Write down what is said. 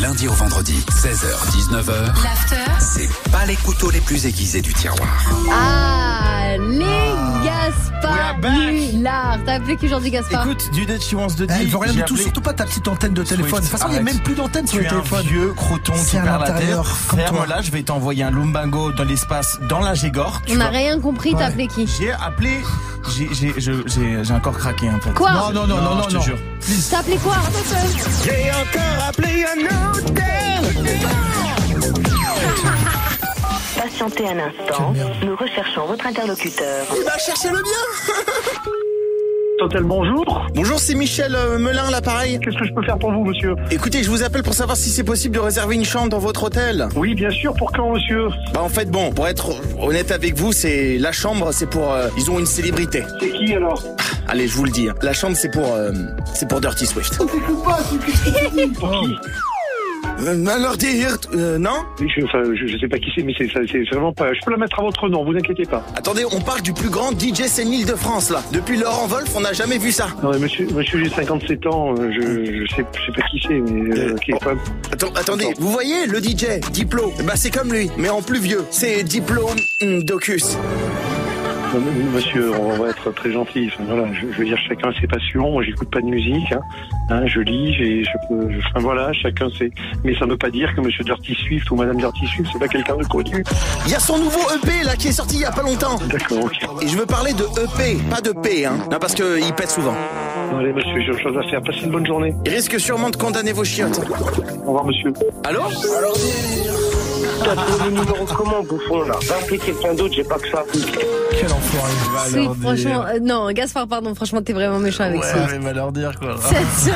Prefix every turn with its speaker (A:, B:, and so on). A: lundi au vendredi, 16h-19h,
B: L'after
A: c'est pas les couteaux les plus aiguisés du tiroir.
C: Ah, les
D: We are back.
C: Gaspanular. T'as appelé qui aujourd'hui, Gaspar
D: Écoute, du Dead She Wants de
E: Bah,
F: Elle
D: Deal,
F: veut Eh, rien
D: j'ai
F: du tout,
D: appelé-
F: surtout pas ta petite antenne de téléphone.
D: Swift,
F: de toute façon, il n'y a
D: arrête.
F: même plus d'antenne sur
D: Tu
F: le
D: es un
F: téléphone.
D: vieux croton qui
F: C'est à
D: perd la tête.
F: l'intérieur, comme
D: Ferme
F: toi.
D: là, je vais t'envoyer un lumbago dans l'espace, dans la Gégor. tu
C: On n'a
D: vas-
C: rien compris, t'as
F: Ouais.
C: appelé qui
D: J'ai appelé. J'ai, j'ai, je- j'ai, j'ai encore craqué en fait.
C: Quoi
F: Non, non, non, non, non,
D: je te
F: non.
D: jure.
C: T'as appelé quoi
G: Patientez un instant, nous recherchons votre interlocuteur.
H: Total, bonjour.
E: Bonjour, c'est Michel euh, Melin, l'appareil.
H: Qu'est-ce que je peux faire pour vous, monsieur
E: Écoutez, je vous appelle pour savoir si c'est possible de réserver une chambre dans votre hôtel.
H: Oui, bien sûr. Pour quand, monsieur
E: Bah en fait, bon, pour être honnête avec vous, c'est la chambre, c'est pour euh, ils ont une célébrité.
H: C'est qui, alors
E: Allez, je vous le dis, hein. la chambre c'est pour euh, c'est pour Dirty Swift. Euh, alors dire euh, non
H: Oui, je, enfin, je, je sais pas qui c'est, mais c'est ça- c'est vraiment pas... Je peux la mettre à votre nom, vous inquiétez pas.
E: Attendez, on parle du plus grand DJ sénile de France là. Depuis Laurent Wolf, on n'a jamais vu ça.
H: Non, mais monsieur, monsieur j'ai 57 ans, euh, je, je, sais, je sais pas qui c'est, mais... euh,
E: Euh,
H: qui est
E: oh.
H: quand même-
E: Attends, attendez, vous voyez le DJ Diplo Bah c'est comme lui, mais en plus vieux. C'est Diplo mm, Docus.
H: Non, mais, mais, monsieur, on va être très gentil. Enfin, voilà, je, je veux dire, chacun a ses passions. Moi, j'écoute pas de musique. Hein, Hein, je lis, j'ai- je peux... je- enfin, voilà, chacun ses... Mais ça ne veut pas dire que monsieur Dirty Swift ou madame Dirty Swift, c'est pas quelqu'un de connu.
E: Il y a son nouveau EP là qui est sorti il y a pas longtemps.
H: D'accord, ok.
E: Et je veux parler de EP, pas de P, hein. Non, parce que il pète souvent.
H: Allez, monsieur, j'ai autre chose à faire. Passez une bonne journée.
E: Il risque sûrement de condamner vos chiottes.
H: Au revoir, monsieur.
E: Allô
I: T'as trouvé le numéro comment, bouffon, là Va appeler quelqu'un d'autre, j'ai pas que ça.
F: Quel enfoiré.
D: Il va
C: Sweet,
D: leur dire.
C: franchement, euh, non, Gaspard, pardon, franchement, t'es vraiment méchant avec
D: Ouais,
C: Sweet.
D: mais il va leur dire quoi.
C: Cette